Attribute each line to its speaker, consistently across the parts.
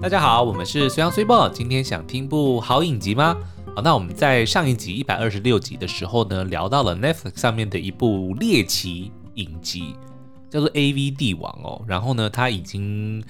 Speaker 1: 大家好，我们是随阳随报。今天想听部好影集吗？好，那我们在上一集一百二十六集的时候呢，聊到了 Netflix 上面的一部猎奇影集，叫做《A V 帝王》哦。然后呢，它已经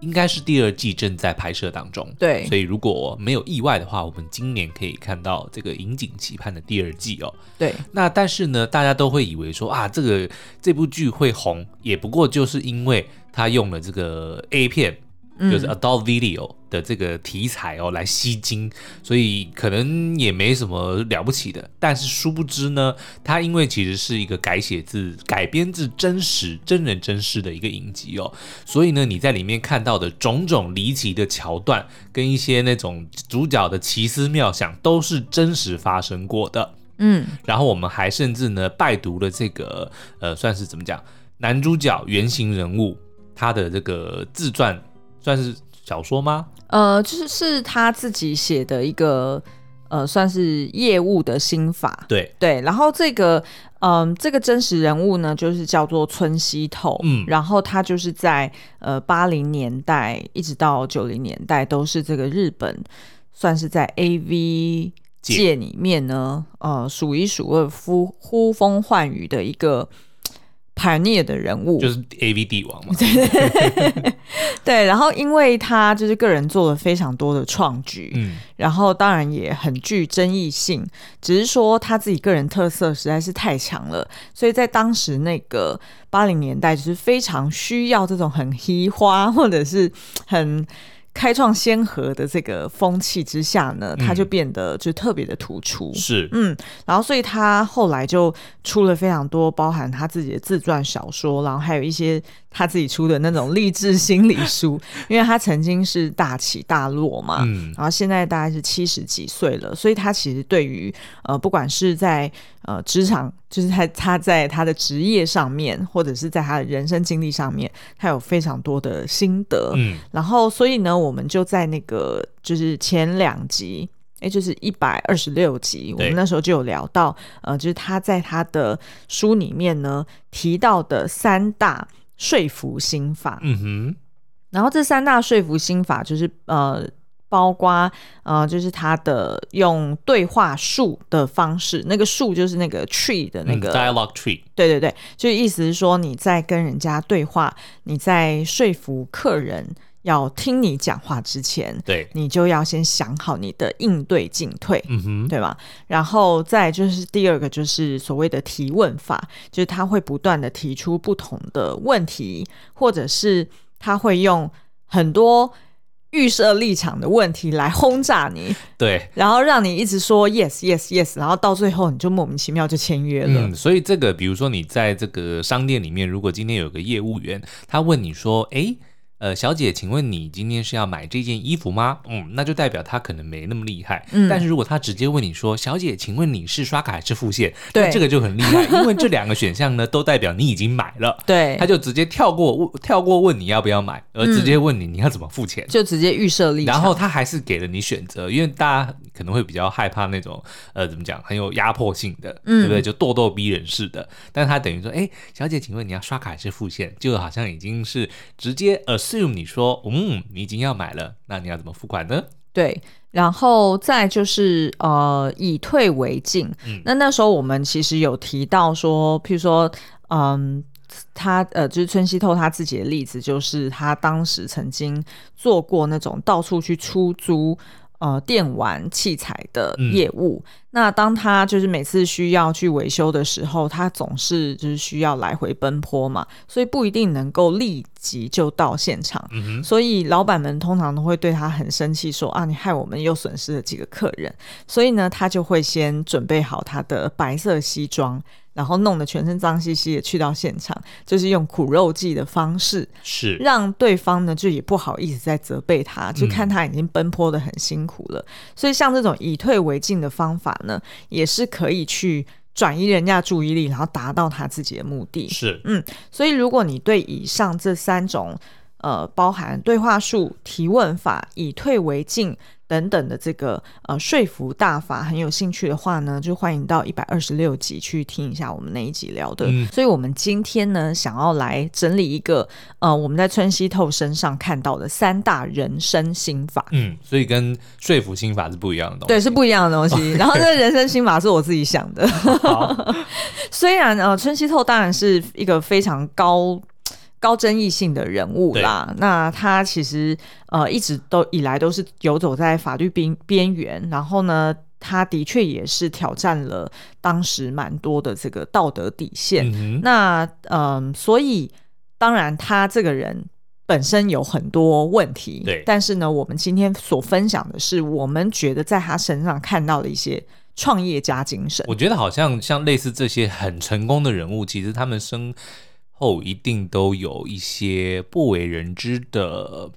Speaker 1: 应该是第二季正在拍摄当中。
Speaker 2: 对
Speaker 1: 所以如果没有意外的话，我们今年可以看到这个引颈期盼的第二季哦。
Speaker 2: 对，
Speaker 1: 那但是呢，大家都会以为说啊，这个这部剧会红，也不过就是因为它用了这个 A 片，就是 adult video 的这个题材哦来吸睛，所以可能也没什么了不起的。但是殊不知呢，它因为其实是一个改写自改编自真实真人真事的一个影集哦，所以呢，你在里面看到的种种离奇的桥段，跟一些那种主角的奇思妙想，都是真实发生过的。
Speaker 2: 嗯，
Speaker 1: 然后我们还甚至呢拜读了这个呃，算是怎么讲，男主角原型人物他的这个自传，算是小说吗？
Speaker 2: 呃，就是是他自己写的一个呃，算是业务的心法。
Speaker 1: 对，
Speaker 2: 对，然后这个嗯、这个真实人物呢，就是叫做村西透，
Speaker 1: 嗯
Speaker 2: 然后他就是在呃八零年代一直到九零年代都是这个日本算是在 A V
Speaker 1: 界
Speaker 2: 界里面呢，呃，数一数二、呼呼风唤雨的一个 pioneer 的人物，
Speaker 1: 就是 A V 帝王嘛。
Speaker 2: 对，然后因为他就是个人做了非常多的创举，
Speaker 1: 嗯，
Speaker 2: 然后当然也很具争议性，只是说他自己个人特色实在是太强了，所以在当时那个八零年代，就是非常需要这种很嘻花或者是很。开创先河的这个风气之下呢，他就变得就特别的突出。
Speaker 1: 是，
Speaker 2: 嗯，然后所以他后来就出了非常多包含他自己的自传小说，然后还有一些他自己出的那种励志心理书，因为他曾经是大起大落嘛。
Speaker 1: 嗯，
Speaker 2: 然后现在大概是七十几岁了，所以他其实对于呃，不管是在呃职场，就是他他在他的职业上面，或者是在他的人生经历上面，他有非常多的心得。
Speaker 1: 嗯，
Speaker 2: 然后，所以呢，我们就在那个就是前两集，哎，就是一百二十六集，我
Speaker 1: 对
Speaker 2: 们那时候就有聊到，呃，就是他在他的书里面呢提到的三大说服心法，
Speaker 1: 嗯哼，
Speaker 2: 然后这三大说服心法就是呃。包括呃，就是他的用对话术的方式，那个术就是那个 tree 的那
Speaker 1: 嗯
Speaker 2: 个、
Speaker 1: dialogue tree，
Speaker 2: 对对对，就意思是说你在跟人家对话，你在说服客人要听你讲话之前，
Speaker 1: 对，
Speaker 2: 你就要先想好你的应对进退。
Speaker 1: 嗯哼，
Speaker 2: 对吧？然后再就是第二个，就是所谓的提问法，就是他会不断的提出不同的问题，或者是他会用很多预设立场的问题来轰炸你，
Speaker 1: 对，
Speaker 2: 然后让你一直说 yes yes yes，然后到最后你就莫名其妙就签约了。
Speaker 1: 嗯，所以这个，比如说你在这个商店里面，如果今天有个业务员，他问你说，诶，呃，小姐，请问你今天是要买这件衣服吗？嗯，那就代表他可能没那么厉害。
Speaker 2: 嗯
Speaker 1: 但是如果他直接问你说，小姐，请问你是刷卡还是付现？
Speaker 2: 对
Speaker 1: 那这个就很厉 害，因为这两个选项呢，都代表你已经买了，
Speaker 2: 对，嗯
Speaker 1: 他就直接跳过跳过问你要不要买，而直接问你你要怎么付钱。
Speaker 2: 就直接预设立场。
Speaker 1: 然后他还是给了你选择，因为大家可能会比较害怕那种呃，怎么讲，很有压迫性的，
Speaker 2: 嗯
Speaker 1: 对不对？就咄咄逼人似的。但他等于说，哎，小姐，请问你要刷卡还是付现？就好像已经是直接 assume 你说，嗯，你已经要买了，那你要怎么付款呢？
Speaker 2: 对，然后再就是呃，以退为进。
Speaker 1: 嗯
Speaker 2: 那那时候我们其实有提到说，譬如说，嗯。他呃，就是村西透他自己的例子，就是他当时曾经做过那种到处去出租呃电玩器材的
Speaker 1: 嗯
Speaker 2: 业务。那当他就是每次需要去维修的时候，他总是就是需要来回奔波嘛，所以不一定能够立即就到现场。
Speaker 1: 嗯哼，
Speaker 2: 所以老板们通常都会对他很生气说，啊，你害我们又损失了几个客人。所以呢，他就会先准备好他的白色西装，然后弄得全身脏兮兮的去到现场，就是用苦肉计的方式，
Speaker 1: 是，
Speaker 2: 让对方呢就也不好意思再责备他，就
Speaker 1: 嗯
Speaker 2: 看他已经奔波的很辛苦了。所以像这种以退为进的方法呢，也是可以去转移人家注意力，然后达到他自己的目的。
Speaker 1: 是，
Speaker 2: 所以，如果你对以上这三种呃包含对话术、提问法、以退为进，等等的这个呃说服大法很有兴趣的话呢，就欢迎到一百二十六集去听一下我们那一集聊的。
Speaker 1: 嗯
Speaker 2: 所以我们今天呢，想要来整理一个呃我们在村西透身上看到的三大人生心法。
Speaker 1: 嗯，所以跟说服心法是不一样的东
Speaker 2: 对，
Speaker 1: 西。
Speaker 2: 是不一样的东西。然后这人生心法是我自己想的，
Speaker 1: 好，
Speaker 2: 虽然呃，春熙透当然是一个非常高。高争议性的人物啦，那他其实呃一直都以来都是游走在法律边边缘，然后呢，他的确也是挑战了当时蛮多的这个道德底线。
Speaker 1: 嗯哼，
Speaker 2: 那嗯、所以当然他这个人本身有很多问题，
Speaker 1: 对
Speaker 2: 但是呢，我们今天所分享的是我们觉得在他身上看到的一些创业家精神。
Speaker 1: 我觉得好像像类似这些很成功的人物，其实他们身后一定都有一些不为人知的，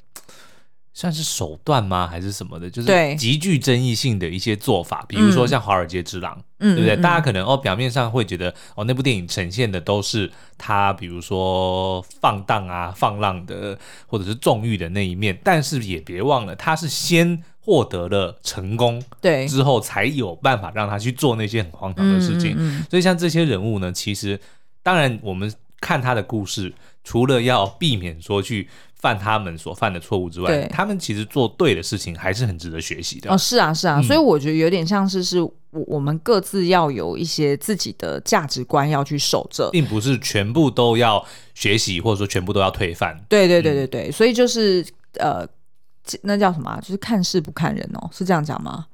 Speaker 1: 算是手段吗？还是什么的？就
Speaker 2: 对
Speaker 1: 是极具争议性的一些做法，比如说像《华尔街之狼》
Speaker 2: 嗯
Speaker 1: 对不对？
Speaker 2: 嗯嗯
Speaker 1: 大家可能哦，表面上会觉得哦，那部电影呈现的都是他，比如说放荡啊、放浪的，或者是纵欲的那一面，但是也别忘了，他是先获得了成功，
Speaker 2: 对，
Speaker 1: 之后才有办法让他去做那些很荒唐的事情。
Speaker 2: 嗯嗯嗯
Speaker 1: 所以像这些人物呢，其实当然我们看他的故事，除了要避免说去犯他们所犯的错误之外
Speaker 2: 对，
Speaker 1: 他们其实做对的事情还是很值得学习的。
Speaker 2: 哦，是啊，是
Speaker 1: 嗯
Speaker 2: 啊，所以我觉得有点像是是我我们各自要有一些自己的价值观要去守着。
Speaker 1: 并不是全部都要学习，或者说全部都要推翻。
Speaker 2: 对对对对对，
Speaker 1: 嗯
Speaker 2: 所以就是呃，这那叫什么啊、就是看事不看人哦，是这样讲吗？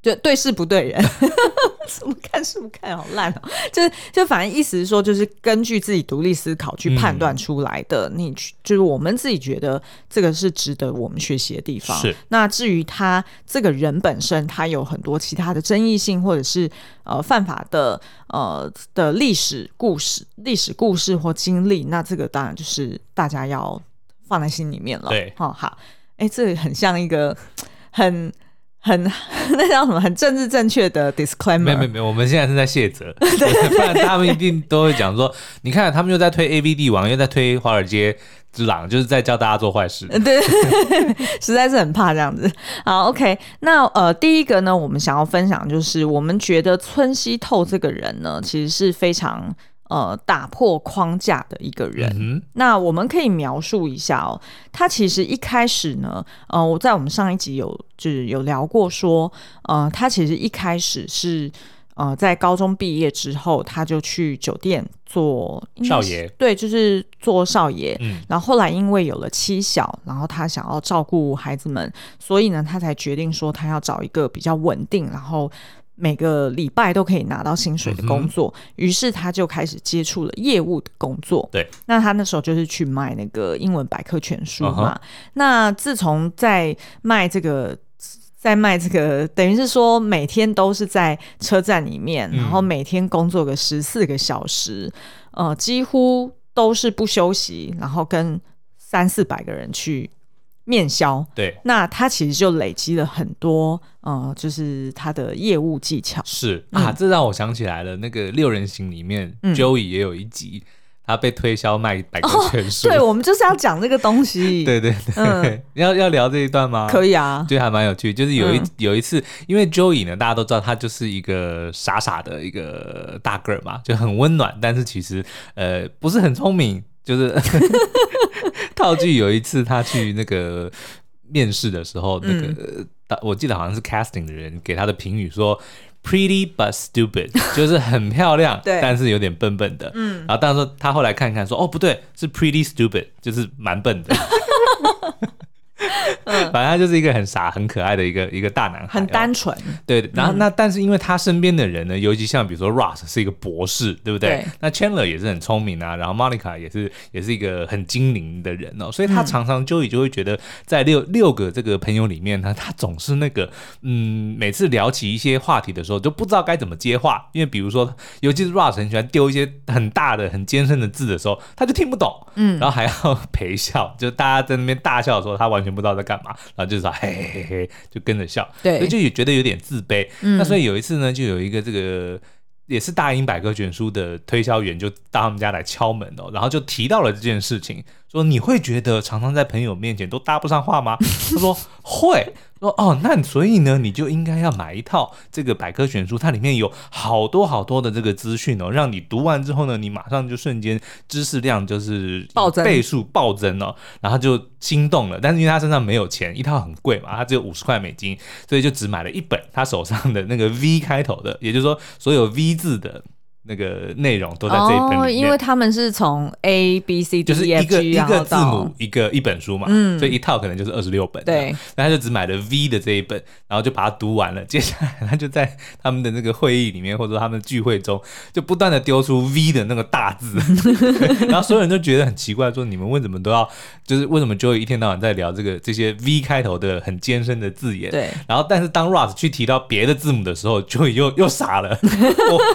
Speaker 2: 就对事不对人， 什么看事不看，好烂哦！就是就反正意思是说，就是根据自己独立思考
Speaker 1: 嗯
Speaker 2: 去判断出来的，你去就是我们自己觉得这个是值得我们学习的地方。
Speaker 1: 是。
Speaker 2: 那至于他这个人本身，他有很多其他的争议性，或者是呃犯法的呃的历史故事、历史故事或经历，那这个当然就是大家要放在心里面了。
Speaker 1: 对
Speaker 2: 好、好，哎、这很像一个 很。很 那叫什么？很政治正确的 disclaimer，
Speaker 1: 没有没有没有，我们现在是在卸 责，不然他们一定都会讲说，你看他们又在推 A V 帝王，又在推华尔街之狼，就是在教大家做坏事。
Speaker 2: 对， 实在是很怕这样子。好，OK，那呃，第一个呢，我们想要分享就是，我们觉得村西透这个人呢，其实是非常呃打破框架的一个人。
Speaker 1: 嗯
Speaker 2: 那我们可以描述一下哦，他其实一开始呢，呃，我在我们上一集有就是有聊过说，呃，他其实一开始是呃在高中毕业之后，他就去酒店做应该是
Speaker 1: 少爷
Speaker 2: 对，就是做少爷。
Speaker 1: 嗯
Speaker 2: 然后后来因为有了妻小，然后他想要照顾孩子们，所以呢，他才决定说他要找一个比较稳定，然后每个礼拜都可以拿到薪水的工作。于是他就开始接触了业务的工作。
Speaker 1: 对，
Speaker 2: 那他那时候就是去卖那个英文百科全书嘛。那自从在卖这个。在卖这个，等于是说每天都是在车站里面，
Speaker 1: 嗯
Speaker 2: 然后每天工作个十四个小时，呃，几乎都是不休息，然后跟三四百个人去面销。
Speaker 1: 对，
Speaker 2: 那他其实就累积了很多，呃，就是他的业务技巧。
Speaker 1: 是
Speaker 2: 嗯
Speaker 1: 啊，这让我想起来了，那个六人行里面、
Speaker 2: 嗯
Speaker 1: Joey 也有一集，他被推销卖百科全书。
Speaker 2: 对，我们就是要讲这个东西。，
Speaker 1: 对对对，
Speaker 2: 哦嗯
Speaker 1: 要要聊这一段吗？
Speaker 2: 可
Speaker 1: 以。
Speaker 2: 以啊。
Speaker 1: 就还蛮有趣，就是有一、
Speaker 2: 嗯
Speaker 1: 有一次，因为 Joey 呢，大家都知道他就是一个傻傻的一个大个儿嘛，就很温暖，但是其实呃不是很聪明，就是 套剧有一次他去那个面试的时候，那个、
Speaker 2: 嗯
Speaker 1: 呃我记得好像是 casting 的人给他的评语说 pretty but stupid，就是很漂亮，
Speaker 2: 对
Speaker 1: 但是有点笨笨的。嗯，然后但是他后来看看说，哦不对，是 pretty stupid，就是蛮笨 的。反正他就是一个很傻、很可爱的一个一个大男孩哦，
Speaker 2: 很单纯，
Speaker 1: 对，然后那但是因为他身边的人呢，尤其像比如说 Ross 是一个博士，对不对？
Speaker 2: 对
Speaker 1: 那 Chandler 也是很聪明啊，然后 Monica 也是也是一个很精灵的人哦，所以他常常 Joey 就会觉得在六六个这个朋友里面呢，他总是那个嗯，每次聊起一些话题的时候就不知道该怎么接话，因为比如说尤其是 Ross 很喜欢丢一些很大的、很艰深的字的时候，他就听不懂，嗯，然后还要 陪笑，就大家在那边大笑的时候，他完全不知道在干嘛，然后就是说嘿嘿嘿嘿，就跟着笑，
Speaker 2: 对嗯
Speaker 1: 所以就也觉得有点自卑。那所以有一次呢，就有一个这个也是大英百科全书的推销员就到他们家来敲门哦，然后就提到了这件事情，说你会觉得常常在朋友面前都搭不上话吗？ 他说会，说哦，那所以呢，你就应该要买一套这个百科全书，它里面有好多好多的这个资讯哦，让你读完之后呢，你马上就瞬间知识量就是
Speaker 2: 暴增
Speaker 1: 倍数暴增哦，然后就心动了。但是因为他身上没有钱，一套很贵嘛，他只有五十块美金，所以就只买了一本他手上的那个 V 开头的，也就是说所有 V 字的。那个内容都在这一本里面，
Speaker 2: 哦，因为他们是从 A B C
Speaker 1: 就
Speaker 2: D
Speaker 1: 是
Speaker 2: E
Speaker 1: 一
Speaker 2: F
Speaker 1: 个
Speaker 2: G
Speaker 1: 一
Speaker 2: 然
Speaker 1: 个
Speaker 2: 后
Speaker 1: 字
Speaker 2: 到
Speaker 1: 母一个一本书嘛，
Speaker 2: 嗯
Speaker 1: 所以一套可能就是二十六本。
Speaker 2: 对，
Speaker 1: 那他就只买了 V 的这一本，然后就把它读完了。 接下来他就在他们的那个会议里面，或者说他们聚会中，就不断的丢出 V 的那个大字， 然后所有人都觉得很奇怪，说你们为什么都要，就是为什么 Joey 一天到晚在聊这个这些 V 开头的很艰深的字眼？
Speaker 2: 对
Speaker 1: 然后，但是当 Russ 去提到别的字母的时候，就又又傻了。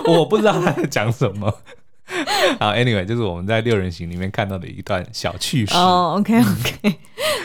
Speaker 1: 我我不知道他在讲什么。好，Anyway，就是我们在六人行里面看到的一段小趣事。
Speaker 2: 哦，OK，OK、o
Speaker 1: 嗯
Speaker 2: k OK，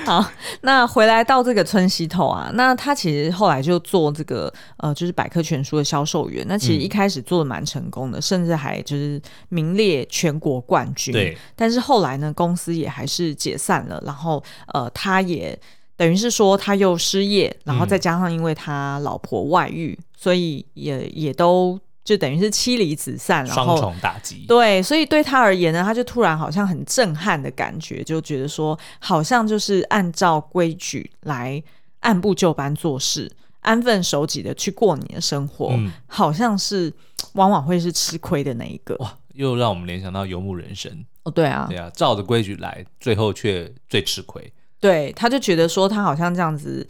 Speaker 2: 好，那回来到这个村西透啊，那他其实后来就做这个呃，就是百科全书的销售员。那其实
Speaker 1: 嗯
Speaker 2: 一开始做的蛮成功的，甚至还就是名列全国冠军。
Speaker 1: 对，
Speaker 2: 但是后来呢，公司也还是解散了，然后呃，他也等于是说他又失业，然后
Speaker 1: 嗯
Speaker 2: 再加上因为他老婆外遇，所以也也都就等于是妻离子散，然
Speaker 1: 双
Speaker 2: 后
Speaker 1: 重打击。
Speaker 2: 对，所以对他而言呢，他就突然好像很震撼的感觉，就觉得说，好像就是按照规矩来按部就班做事，安分守己的去过你的生活，
Speaker 1: 嗯
Speaker 2: 好像是往往会是吃亏的那一个。
Speaker 1: 哇，又让我们联想到游牧人生。
Speaker 2: 哦，对啊
Speaker 1: 对，啊，照着规矩来，最后却最吃亏。
Speaker 2: 对，他就觉得说他好像这样子，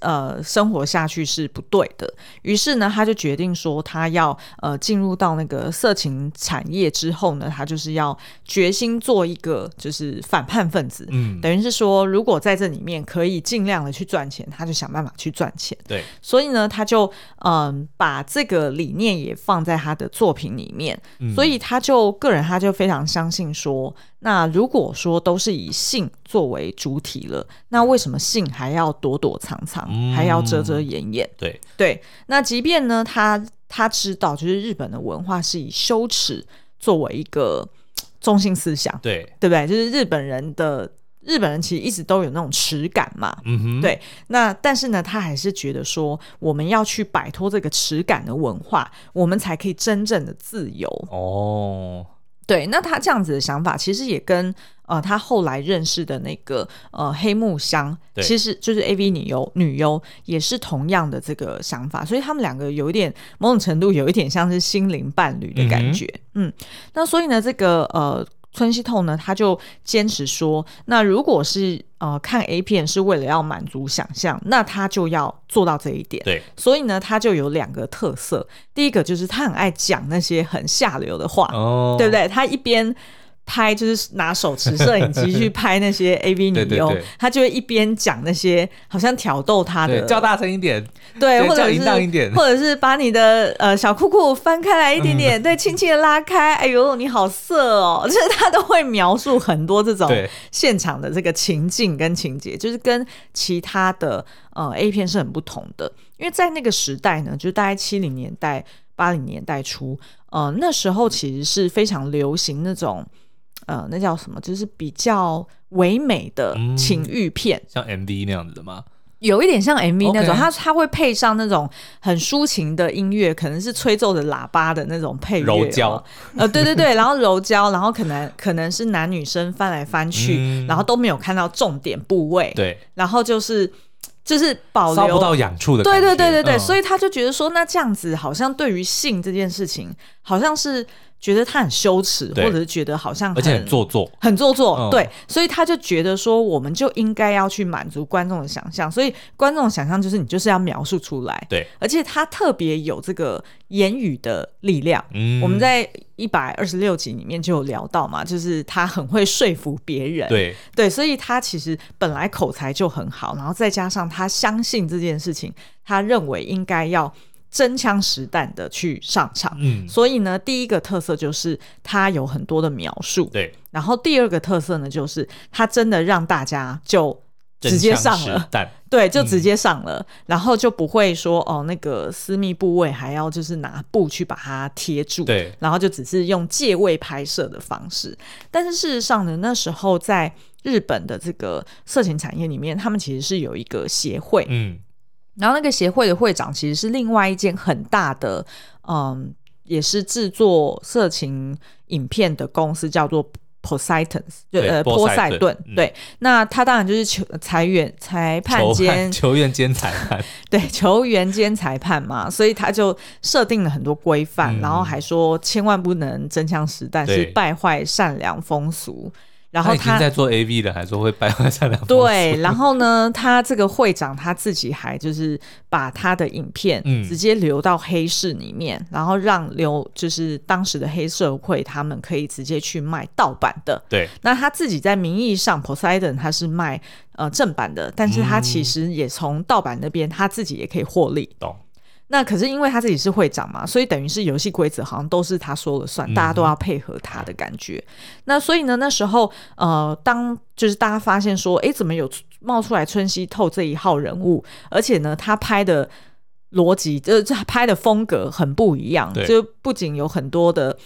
Speaker 2: 呃，生活下去是不对的。于是呢，他就决定说他要呃进入到那个色情产业之后呢，他就是要决心做一个就是反叛分子。
Speaker 1: 嗯，
Speaker 2: 等于是说，如果在这里面可以尽量的去赚钱，他就想办法去赚钱。
Speaker 1: 对，
Speaker 2: 所以呢，他就嗯把这个理念也放在他的作品里面，
Speaker 1: 嗯
Speaker 2: 所以他就个人他就非常相信说，那如果说都是以性作为主体了，那为什么性还要躲躲藏藏，
Speaker 1: 嗯
Speaker 2: 还要遮遮掩掩？
Speaker 1: 对，
Speaker 2: 对，那即便呢，他他知道就是日本的文化是以羞耻作为一个嘖中心思想，
Speaker 1: 对，
Speaker 2: 对不对？就是日本人的日本人其实一直都有那种耻感嘛。
Speaker 1: 嗯哼，
Speaker 2: 对那但是呢，他还是觉得说，我们要去摆脱这个耻感的文化，我们才可以真正的自由。
Speaker 1: 哦，
Speaker 2: 对，那他这样子的想法，其实也跟呃他后来认识的那个呃黑木香，
Speaker 1: 对
Speaker 2: 其实就是 A V 女优女优，也是同样的这个想法，所以他们两个有一点某种程度有一点像是心灵伴侣的感觉。嗯那所以呢，这个呃。村西透呢，他就坚持说，那如果是呃看 A 片是为了要满足想象，那他就要做到这一点。
Speaker 1: 对，
Speaker 2: 所以呢，他就有两个特色，第一个就是他很爱讲那些很下流的话，
Speaker 1: 哦，
Speaker 2: 对不对？他一边拍，就是拿手持摄影机去拍那 些 AV
Speaker 1: 对
Speaker 2: 女
Speaker 1: 对
Speaker 2: 优
Speaker 1: 对，
Speaker 2: 他就会一边讲那些好像挑逗他的
Speaker 1: 对，，叫大声一点，
Speaker 2: 对，
Speaker 1: 对
Speaker 2: 或
Speaker 1: 叫
Speaker 2: 者
Speaker 1: 淫荡一点
Speaker 2: 是或者是把你的呃小裤裤翻开来一点点，
Speaker 1: 嗯
Speaker 2: 对，轻轻的拉开，哎呦，你好色哦，就是他都会描述很多这种
Speaker 1: 对
Speaker 2: 现场的这个情境跟情节，就是跟其他的呃 A 片是很不同的，因为在那个时代呢，就大概七零年代、八零年代初，呃，那时候其实是非常流行那种呃，那叫什么，就是比较唯美的
Speaker 1: 嗯
Speaker 2: 情欲片，
Speaker 1: 像 MV 那样子的吗？
Speaker 2: 有一点像 MV 那种，
Speaker 1: OK
Speaker 2: 它它会配上那种很抒情的音乐，可能是吹奏着喇叭的那种配乐、
Speaker 1: 柔焦，
Speaker 2: 呃，对对对，然后柔焦，然后可能可能是男女生翻来翻去，
Speaker 1: 嗯
Speaker 2: 然后都没有看到重点部位，
Speaker 1: 对，
Speaker 2: 然后就是就是保
Speaker 1: 烧不
Speaker 2: 留
Speaker 1: 到痒处的感
Speaker 2: 对
Speaker 1: 觉。
Speaker 2: 对对对对，
Speaker 1: 嗯
Speaker 2: 所以他就觉得说，那这样子好像对于性这件事情，好像是觉得他很羞耻，或
Speaker 1: 对
Speaker 2: 者是觉得好像
Speaker 1: 而且很做作，
Speaker 2: 很做作，
Speaker 1: 嗯
Speaker 2: 对，所以他就觉得说，我们就应该要去满足观众的想象，所以观众的想象就是你就是要描述出来，
Speaker 1: 对，
Speaker 2: 而且他特别有这个言语的力量。
Speaker 1: 嗯，
Speaker 2: 我们在一百二十六集里面就有聊到嘛，就是他很会说服别人，
Speaker 1: 对
Speaker 2: 对，所以他其实本来口才就很好，然后再加上他相信这件事情，他认为应该要真枪实弹的去上场。
Speaker 1: 嗯
Speaker 2: 所以呢，第一个特色就是他有很多的描述，
Speaker 1: 对，
Speaker 2: 然后第二个特色呢，就是它真的让大家就直接上
Speaker 1: 真枪实嗯
Speaker 2: 了。
Speaker 1: 弹，
Speaker 2: 对，就直接上了，然后就不会说哦，那个私密部位还要就是拿布去把它贴住，
Speaker 1: 对
Speaker 2: 然后就只是用借位拍摄的方式。但是事实上呢，那时候在日本的这个色情产业里面，他们其实是有一个协会，
Speaker 1: 嗯
Speaker 2: 然后那个协会的会长其实是另外一间很大的，嗯，也是制作色情影片的公司，叫做 Poseidon，就
Speaker 1: 对
Speaker 2: 呃
Speaker 1: 波
Speaker 2: 波
Speaker 1: 塞
Speaker 2: 塞
Speaker 1: 顿
Speaker 2: 顿。
Speaker 1: 嗯
Speaker 2: 对，那他当然就是球裁员裁 判
Speaker 1: 球
Speaker 2: 兼
Speaker 1: 球员兼裁判，
Speaker 2: 对球员兼裁判嘛，所以他就设定了很多规范，
Speaker 1: 嗯
Speaker 2: 然后还说千万不能真枪实弹，
Speaker 1: 对
Speaker 2: 是败坏善良风俗。然后
Speaker 1: 他已经
Speaker 2: 他
Speaker 1: 在做 A V 了，还说会败坏善良风俗，
Speaker 2: 对，然后呢，他这个会长他自己还就是把他的影片
Speaker 1: 嗯
Speaker 2: 直接留到黑市里面，然后让留就是当时的黑社会他们可以直接去卖盗版的。
Speaker 1: 对
Speaker 2: 那他自己在名义上，Poseidon 他是卖呃正版的，但
Speaker 1: 嗯
Speaker 2: 是他其实也从盗版那边他自己也可以获利。
Speaker 1: 懂
Speaker 2: 那可是因为他自己是会长嘛，所以等于是游戏规则好像都是他说了
Speaker 1: 嗯
Speaker 2: 算，大家都要配合他的感觉。那所以呢，那时候呃，当就是大家发现说，诶，怎么有冒出来春熙透这一号人物，而且呢，他拍的。逻辑就是他拍的风格很不一样，
Speaker 1: 对
Speaker 2: 就不仅有很多的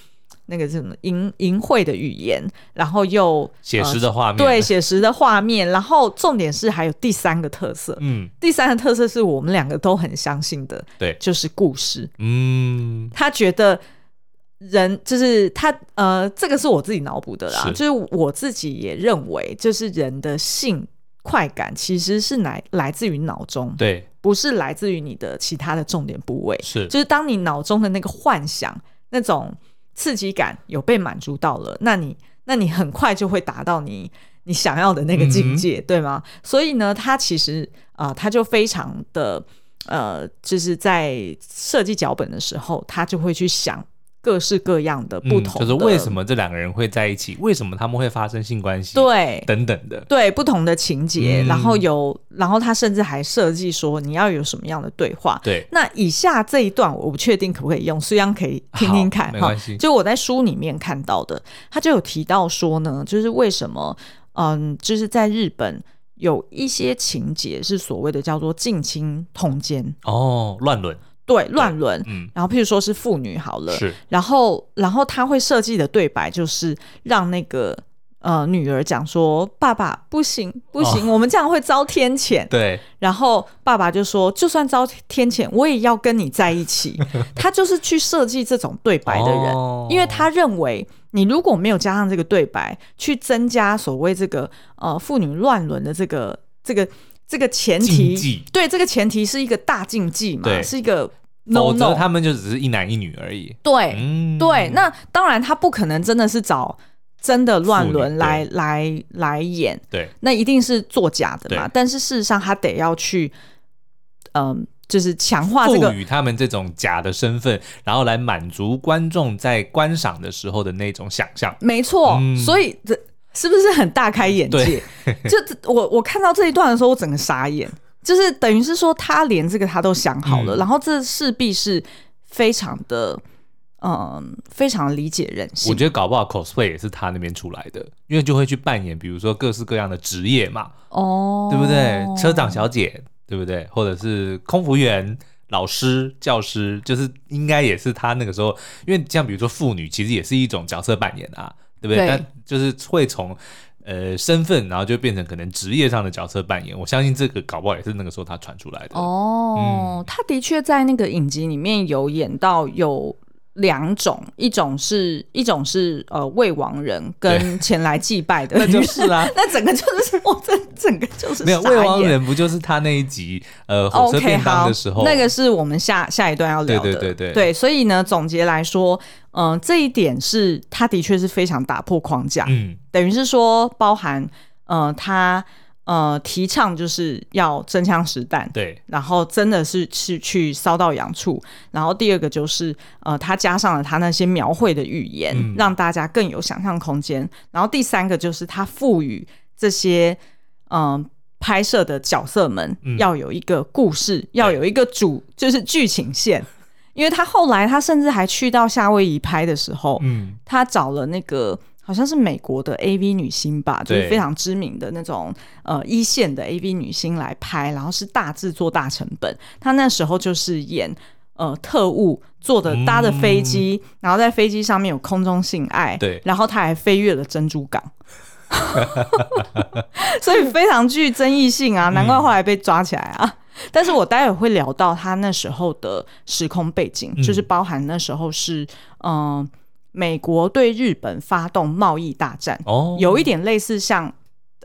Speaker 2: 那个是什么淫淫秽的语言，然后又
Speaker 1: 写实的画面，
Speaker 2: 对，写实的画面，然后重点是还有第三个特色，
Speaker 1: 嗯
Speaker 2: 第三个特色是我们两个都很相信的，
Speaker 1: 对
Speaker 2: 就是故事。
Speaker 1: 嗯
Speaker 2: 他觉得人就是他呃，这个是我自己脑补的啦，
Speaker 1: 是
Speaker 2: 就是我自己也认为，就是人的性快感其实是来来自于脑中，
Speaker 1: 对
Speaker 2: 不是来自于你的其他的重点部位。
Speaker 1: 是
Speaker 2: 就是当你脑中的那个幻想、那种刺激感有被满足到了，那你那你很快就会达到你你想要的
Speaker 1: 嗯
Speaker 2: 那个境界，对吗？所以呢，他其实啊、呃他就非常的呃，就是在设计脚本的时候，他就会去想各式各样的不
Speaker 1: 嗯
Speaker 2: 同的、
Speaker 1: 就是为什么这两个人会在一起，为什么他们会发生性关系，
Speaker 2: 对。
Speaker 1: 等等的，
Speaker 2: 对不同的情节，
Speaker 1: 嗯
Speaker 2: 然后有，然后他甚至还设计说你要有什么样的对话，
Speaker 1: 对，
Speaker 2: 那以下这一段我不确定可不可以用，虽然可以听听看
Speaker 1: 好没
Speaker 2: 哈
Speaker 1: 关系。
Speaker 2: 就我在书里面看到的，他就有提到说呢，就是为什么，嗯，就是在日本有一些情节是所谓的叫做近亲通奸，
Speaker 1: 哦，乱伦，
Speaker 2: 对，乱伦。
Speaker 1: 嗯，
Speaker 2: 然后，譬如说是妇女好了，
Speaker 1: 是
Speaker 2: 然后，然后他会设计的对白就是让那个呃女儿讲说：“爸爸，不行，不行，我们这样会遭天谴。”
Speaker 1: 哦对，
Speaker 2: 然后爸爸就说：“就算遭天谴，我也要跟你在一 起。”他就是去设计这种对白的人，
Speaker 1: 哦
Speaker 2: 因为他认为你如果没有加上这个对白，去增加所谓这个呃妇女乱伦的这个这个这个前
Speaker 1: 禁
Speaker 2: 提，
Speaker 1: 忌，
Speaker 2: 对这个前提是一个大禁忌嘛，
Speaker 1: 对
Speaker 2: 是一个 no
Speaker 1: 否则
Speaker 2: no。
Speaker 1: 他们就只是一男一女而已，
Speaker 2: 对、
Speaker 1: 嗯，
Speaker 2: 对，那当然他不可能真的是找真的乱
Speaker 1: 妇
Speaker 2: 伦
Speaker 1: 女
Speaker 2: 来来来演，
Speaker 1: 对
Speaker 2: 那一定是作假的嘛
Speaker 1: 对。
Speaker 2: 但是事实上，他得要去，嗯、就是强化啊这
Speaker 1: 赋
Speaker 2: 个
Speaker 1: 予他们这种假的身份，然后来满足观众在观赏的时候的那种想象。
Speaker 2: 没错，
Speaker 1: 嗯
Speaker 2: 所以这是不是很大开眼界？ 就这我我看到这一段的时候，我整个傻眼，就是等于是说他连这个他都想好了，
Speaker 1: 嗯
Speaker 2: 然后这势必是非常的，嗯、非常理解人
Speaker 1: 我
Speaker 2: 性。
Speaker 1: 觉得搞不好 cosplay 也是他那边出来的，因为就会去扮演，比如说各式各样的职业嘛，
Speaker 2: 哦，
Speaker 1: 对不对？车长小姐，对不对？或者是空服员、老师、教师，就是应该也是他那个时候，因为像比如说妇女，其实也是一种角色扮演啊，对不对？
Speaker 2: 对
Speaker 1: 但就是会从呃身份，然后就变成可能职业上的角色扮演。我相信这个搞不好也是那个时候他传出来的。嗯
Speaker 2: 哦，他的确在那个影集里面有演到有两种，一种是一种是呃未亡人跟前来祭拜的，
Speaker 1: 那就是啦、
Speaker 2: 那整个就是我这整个就是
Speaker 1: 没有
Speaker 2: 傻
Speaker 1: 未亡
Speaker 2: 眼。
Speaker 1: 人不就是他那一集呃火车
Speaker 2: OK，
Speaker 1: 便当
Speaker 2: 好
Speaker 1: 的时候，
Speaker 2: 那个是我们下下一段要聊的，
Speaker 1: 对对对对
Speaker 2: 所以呢，总结来说，嗯、这一点是他的确是非常打破框架，
Speaker 1: 嗯
Speaker 2: 等于是说包含，呃，他呃提倡就是要真枪实弹，
Speaker 1: 对
Speaker 2: 然后真的是是去烧到痒处。然后第二个就是呃，他加上了他那些描绘的语言，
Speaker 1: 嗯
Speaker 2: 让大家更有想象空间。然后第三个就是他赋予这些嗯、呃拍摄的角色们
Speaker 1: 嗯
Speaker 2: 要有一个故事，要有一个主，就是剧情线。因为他后来他甚至还去到夏威夷拍的时候，
Speaker 1: 嗯
Speaker 2: 他找了那个。好像是美国的 AV 女星吧，就是
Speaker 1: 对
Speaker 2: 非常知名的那种呃一线的 AV 女星来拍，然后是大制作、大成本。她那时候就是演呃特务，坐的搭的飞机，然后在飞机上面有空中性爱，
Speaker 1: 对
Speaker 2: 然后她还飞越了珍珠 港。所以非常具争议性
Speaker 1: 嗯
Speaker 2: 啊，难怪后来被抓起来啊。但是我待会会聊到他那时候的时空背景，
Speaker 1: 嗯
Speaker 2: 就是包含那时候是嗯、呃美国对日本发动贸易大战，
Speaker 1: 哦，
Speaker 2: 有一点类似像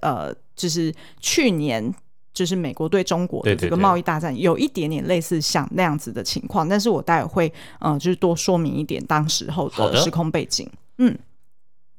Speaker 2: 呃，就是去年。就是美国对中国的
Speaker 1: 对
Speaker 2: 这
Speaker 1: 对
Speaker 2: 个
Speaker 1: 对
Speaker 2: 贸易大战，有一点点类似像那样子的情况，但是我待会会呃，就是多说明一点当时候
Speaker 1: 好
Speaker 2: 的
Speaker 1: 的
Speaker 2: 时空背景。嗯，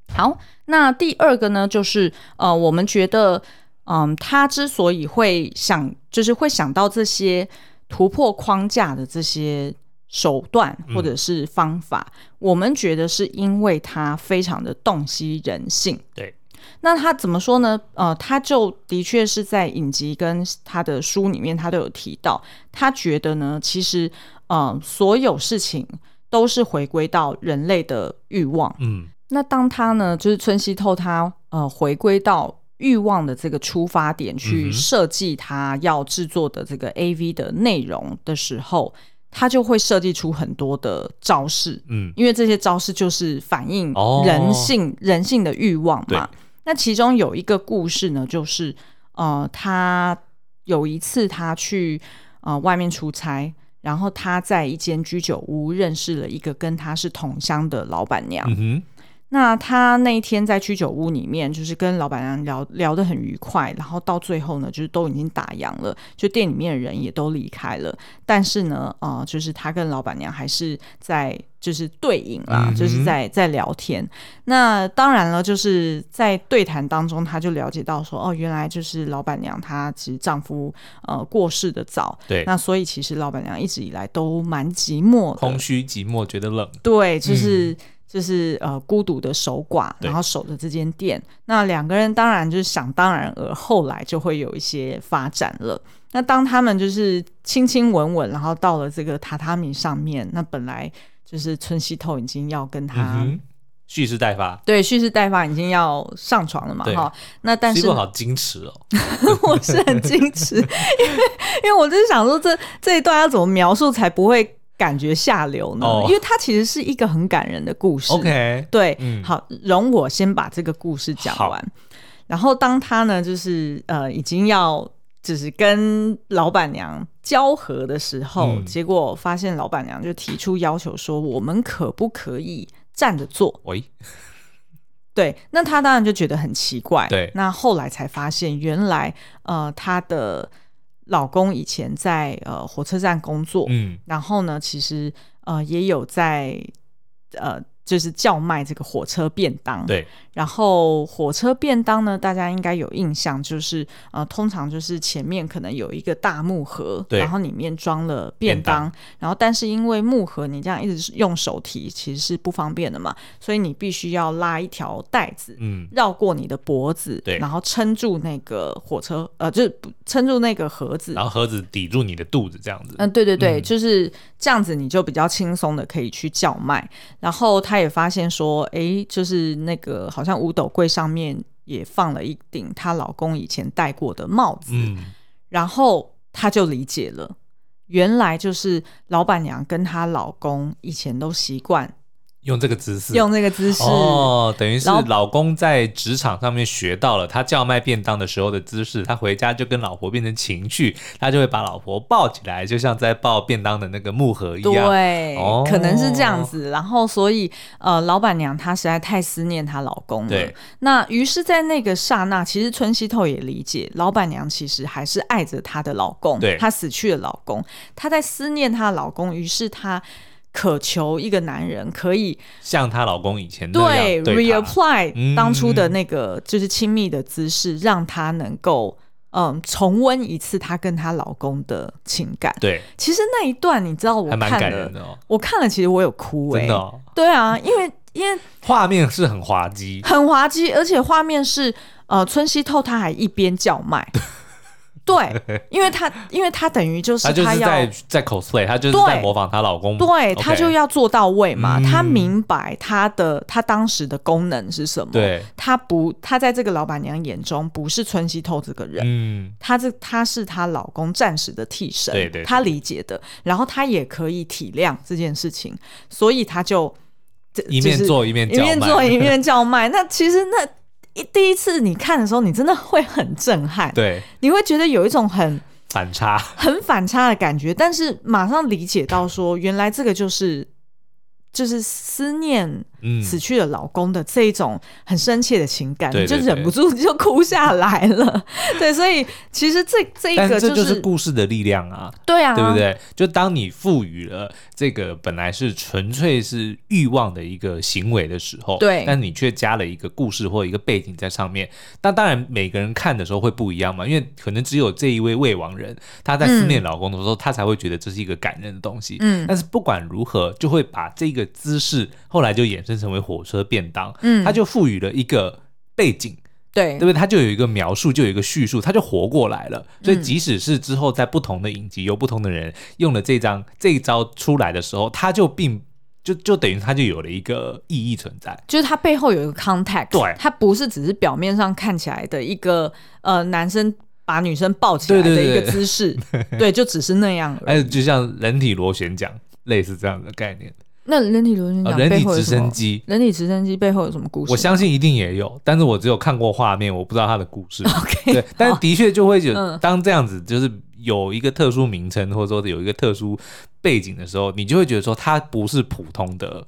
Speaker 2: 好，那第二个呢，就是呃，我们觉得，嗯，他之所以会想，就是会想到这些突破框架的这些手段
Speaker 1: 嗯
Speaker 2: 或者是方法，我们觉得是因为他非常的洞悉人性。
Speaker 1: 对，
Speaker 2: 那他怎么说呢？呃，他就的确是在影集跟他的书里面，他都有提到，他觉得呢，其实呃，所有事情都是回归到人类的欲望。
Speaker 1: 嗯，
Speaker 2: 那当他呢，就是村西透他呃回归到欲望的这个出发点
Speaker 1: 嗯
Speaker 2: 去
Speaker 1: 哼
Speaker 2: 设计他要制作的这个 A V 的内容的时候，他就会设计出很多的招式，
Speaker 1: 嗯，
Speaker 2: 因为这些招式就是反映
Speaker 1: 哦
Speaker 2: 人性、人性的欲望
Speaker 1: 对
Speaker 2: 嘛。那其中有一个故事呢，就是呃，他有一次他去呃外面出差，然后他在一间居酒屋认识了一个跟他是同乡的老板娘。
Speaker 1: 嗯哼，
Speaker 2: 那他那一天在居酒屋里面，就是跟老板娘聊聊得很愉快，然后到最后呢，就是都已经打烊了，就店里面的人也都离开了。但是呢，呃，就是他跟老板娘还是在就是对饮啦，
Speaker 1: 嗯哼
Speaker 2: 就是在在聊天。那当然了，就是在对谈当中，他就了解到说，哦，原来就是老板娘她其实丈夫呃过世的早，
Speaker 1: 对，
Speaker 2: 那所以其实老板娘一直以来都蛮寂寞的，
Speaker 1: 空虚寂寞觉得冷，
Speaker 2: 对，就是、就是呃孤独的守寡，
Speaker 1: 嗯对
Speaker 2: 然后守着这间店。那两个人当然就是想当然而后来就会有一些发展了。那当他们就是亲亲吻吻，然后到了这个榻榻米上面，那本来就是村西透已经要跟
Speaker 1: 嗯
Speaker 2: 他、
Speaker 1: 哼，蓄势待发，
Speaker 2: 对蓄势待发，已经要上床了嘛，
Speaker 1: 对
Speaker 2: 哈。那但是
Speaker 1: 西部好矜持哦，
Speaker 2: 我是很矜持，因为因为我就是想说这这一段要怎么描述才不会感觉下流呢？
Speaker 1: 哦
Speaker 2: 因为它其实是一个很感人的故事。
Speaker 1: OK，
Speaker 2: 对，
Speaker 1: 嗯
Speaker 2: 好，容我先把这个故事讲
Speaker 1: 好
Speaker 2: 完。然后当他呢，就是呃，已经要就是跟老板娘交合的时候，
Speaker 1: 嗯
Speaker 2: 结果发现老板娘就提出要求说，我们可不可以站着做？
Speaker 1: 喂，
Speaker 2: 对，那他当然就觉得很奇怪。
Speaker 1: 对
Speaker 2: 那后来才发现，原来呃，她的老公以前在呃火车站工作，
Speaker 1: 嗯，
Speaker 2: 然后呢，其实呃也有在呃就是叫卖这个火车便当。
Speaker 1: 对，
Speaker 2: 然后火车便当呢，大家应该有印象，就是呃，通常就是前面可能有一个大木盒，
Speaker 1: 对
Speaker 2: 然后里面装了便
Speaker 1: 便
Speaker 2: 当，
Speaker 1: 当
Speaker 2: 然后但是因为木盒你这样一直用手提，其实是不方便的嘛，所以你必须要拉一条带子。
Speaker 1: 嗯，
Speaker 2: 绕过你的脖子，
Speaker 1: 对
Speaker 2: 然后撑住那个火车，呃，就是撑住那个盒子，
Speaker 1: 然后盒子抵住你的肚子这样子，
Speaker 2: 嗯，对对对，
Speaker 1: 嗯
Speaker 2: 就是这样子，你就比较轻松的可以去叫卖。然后他也发现说，诶，就是那个好像五斗柜上面也放了一顶她老公以前戴过的帽子，
Speaker 1: 嗯，
Speaker 2: 然后她就理解了，原来就是老板娘跟她老公以前都习惯
Speaker 1: 用这个姿势，
Speaker 2: 用那个姿势。
Speaker 1: 哦，等于是
Speaker 2: 然后
Speaker 1: 老公在职场上面学到了他叫卖便当的时候的姿势，他回家就跟老婆变成情趣，他就会把老婆抱起来，就像在抱便当的那个木盒一样。
Speaker 2: 对，
Speaker 1: 哦
Speaker 2: 可能是这样子。然后，所以呃，老板娘她实在太思念她老公了
Speaker 1: 对。
Speaker 2: 那于是，在那个刹那，其实春熙透也理解，老板娘其实还是爱着她的老公，
Speaker 1: 对
Speaker 2: 她死去的老公，她在思念她的老公，于是她。渴求一个男人可以
Speaker 1: 像她老公以前那
Speaker 2: 对
Speaker 1: 样对她
Speaker 2: reapply
Speaker 1: 嗯
Speaker 2: 当初的那个就是亲密的姿势，让她能够嗯重温一次她跟她老公的情感。
Speaker 1: 对，
Speaker 2: 其实那一段你知道我
Speaker 1: 还蛮
Speaker 2: 看
Speaker 1: 感
Speaker 2: 了
Speaker 1: 人，的哦，
Speaker 2: 我看了，其实我有哭哎、
Speaker 1: 真的、哦，
Speaker 2: 对啊，因为因为
Speaker 1: 画面是很滑 稽，
Speaker 2: 很滑稽，而且画面是呃，村西透他还一边叫卖，对，因为她因为她等于就是
Speaker 1: 她就是
Speaker 2: 她要
Speaker 1: 在在 cosplay，她就是
Speaker 2: 对
Speaker 1: 在模仿她老公。
Speaker 2: 对她
Speaker 1: OK
Speaker 2: 就要做到位嘛，
Speaker 1: 嗯
Speaker 2: 她明白她的她当时的功能是什么，
Speaker 1: 对，
Speaker 2: 她不她在这个老板娘眼中不是村西透这个人。
Speaker 1: 嗯，
Speaker 2: 她这她是她老公暂时的替身，
Speaker 1: 对对对
Speaker 2: 她理解的，然后她也可以体谅这件事情，所以她就这
Speaker 1: 一面
Speaker 2: 就是
Speaker 1: 做一 面
Speaker 2: 一
Speaker 1: 叫
Speaker 2: 面
Speaker 1: 卖，
Speaker 2: 做一面叫卖。那其实那一第一次你看的时候，你真的会很震撼，
Speaker 1: 对
Speaker 2: 你会觉得有一种很
Speaker 1: 反差，
Speaker 2: 很反差的感觉，但是马上理解到说，原来这个就是就是思念
Speaker 1: 嗯，
Speaker 2: 死去的老公的这一种很深切的情感，
Speaker 1: 对
Speaker 2: 你就
Speaker 1: 对对
Speaker 2: 忍不住就哭下来了。 对，所以其实这这一
Speaker 1: 但
Speaker 2: 个
Speaker 1: 这
Speaker 2: 就
Speaker 1: 就是故事的力量啊。
Speaker 2: 对啊，
Speaker 1: 对不？对？就当你赋予了这个本来是纯粹是欲望的一个行为的时候，
Speaker 2: 对
Speaker 1: 但你却加了一个故事或一个背景在上面。那当然，每个人看的时候会不一样嘛，因为可能只有这一位未亡人，她在思念老公的时候，她、才会觉得这是一个感人的东西。
Speaker 2: 嗯
Speaker 1: 但是不管如何，就会把这个姿势后来就衍生成为火车便当，
Speaker 2: 嗯
Speaker 1: 它就赋予了一个背景。
Speaker 2: 对
Speaker 1: 对不对？他就有一个描述，就有一个叙述，他就活过来了。
Speaker 2: 嗯
Speaker 1: 所以即使是之后在不同的影集，有不同的人用了这张这一招出来的时候，他就并就就等于他就有了一个意义存在。
Speaker 2: 就是它背后有一个 contact，
Speaker 1: 对
Speaker 2: 它不是只是表面上看起来的一个呃男生把女生抱起来
Speaker 1: 对
Speaker 2: 的
Speaker 1: 对
Speaker 2: 一
Speaker 1: 对
Speaker 2: 个姿势， 对，就只是那样而已。
Speaker 1: 哎，就像人体螺旋桨，类似这样的概念，
Speaker 2: 那人体螺旋
Speaker 1: 啊，
Speaker 2: 桨
Speaker 1: 人
Speaker 2: 嗯背
Speaker 1: 体
Speaker 2: 后有
Speaker 1: 直
Speaker 2: 什么
Speaker 1: 升？机。
Speaker 2: 人体直升机背后有什么故事吗？
Speaker 1: 我相信一定也有，但是我只有看过画面，我不知道它的故事。
Speaker 2: OK，
Speaker 1: 对，但的确就会有
Speaker 2: 嗯
Speaker 1: 当这样子，就是有一个特殊名称，或者说有一个特殊背景的时候，你就会觉得说它不是普通的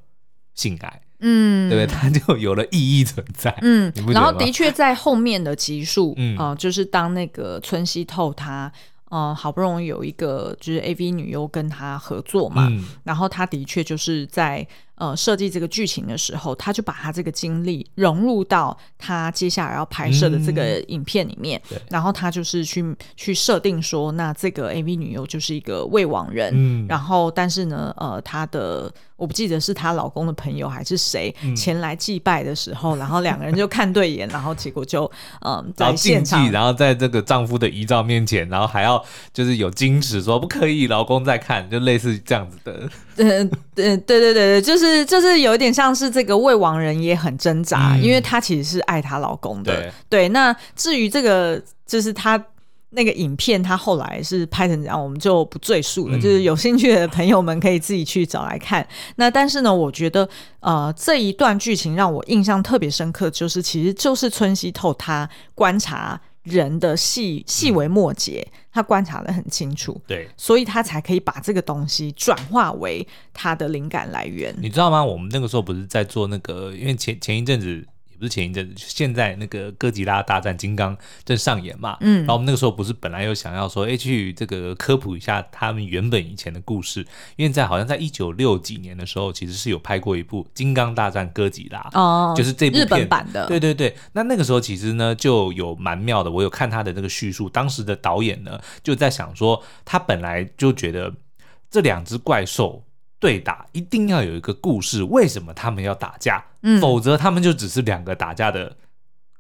Speaker 1: 性爱。
Speaker 2: 嗯，
Speaker 1: 对不对？它就有了意义存在。
Speaker 2: 嗯
Speaker 1: 你不，觉
Speaker 2: 然
Speaker 1: 得
Speaker 2: 后
Speaker 1: 吗
Speaker 2: 的确在后面的集数，
Speaker 1: 嗯
Speaker 2: 嗯、就是当那个村西透他，呃，好不容易有一个就是 AV 女优跟他合作嘛，
Speaker 1: 嗯，
Speaker 2: 然后他的确就是在呃设计这个剧情的时候，他就把他这个经历融入到他接下来要拍摄的这个影片里面，
Speaker 1: 嗯对
Speaker 2: 然后他就是去去设定说，那这个 AV 女优就是一个未亡人，
Speaker 1: 嗯
Speaker 2: 然后但是呢，呃，她的我不记得是她老公的朋友还是谁、
Speaker 1: 嗯
Speaker 2: 前来祭拜的时候，然后两个人就看对眼，然后结果就嗯、
Speaker 1: 然
Speaker 2: 在
Speaker 1: 后禁
Speaker 2: 现
Speaker 1: 忌
Speaker 2: 场，
Speaker 1: 然后在这个丈夫的遗照面前，然后还要就是有矜持说不可以，老公在看，就类似这样子的。
Speaker 2: 呃呃，对对对对，就是就是有一点像是这个未亡人也很挣扎，
Speaker 1: 嗯
Speaker 2: 因为她其实是爱她老公的。
Speaker 1: 对
Speaker 2: 那至于这个就是她那个影片，她后来是拍成这样，我们就不赘述了。
Speaker 1: 嗯
Speaker 2: 就是有兴趣的朋友们可以自己去找来看。那但是呢，我觉得呃这一段剧情让我印象特别深刻，就是其实就是村西透他观察人的细细微末节，他观察的很清楚。
Speaker 1: 对，
Speaker 2: 所以他才可以把这个东西转化为他的灵感来源。
Speaker 1: 你知道吗？我们那个时候不是在做那个，因为前前一阵子也不是前一阵子，现在那个哥吉拉大战金刚正上演嘛。
Speaker 2: 嗯
Speaker 1: 然后我们那个时候不是本来有想要说，哎，去这个科普一下他们原本以前的故事，因为在好像在一九六几年的时候，其实是有拍过一部《金刚大战哥吉拉》
Speaker 2: 哦
Speaker 1: 就是这部
Speaker 2: 日本
Speaker 1: 片
Speaker 2: 版的，
Speaker 1: 对对对，那那个时候其实呢就有蛮妙的，我有看他的那个叙述，当时的导演呢就在想说，他本来就觉得这两只怪兽对打一定要有一个故事，为什么他们要打架？
Speaker 2: 嗯
Speaker 1: 否则他们就只是两个打架的。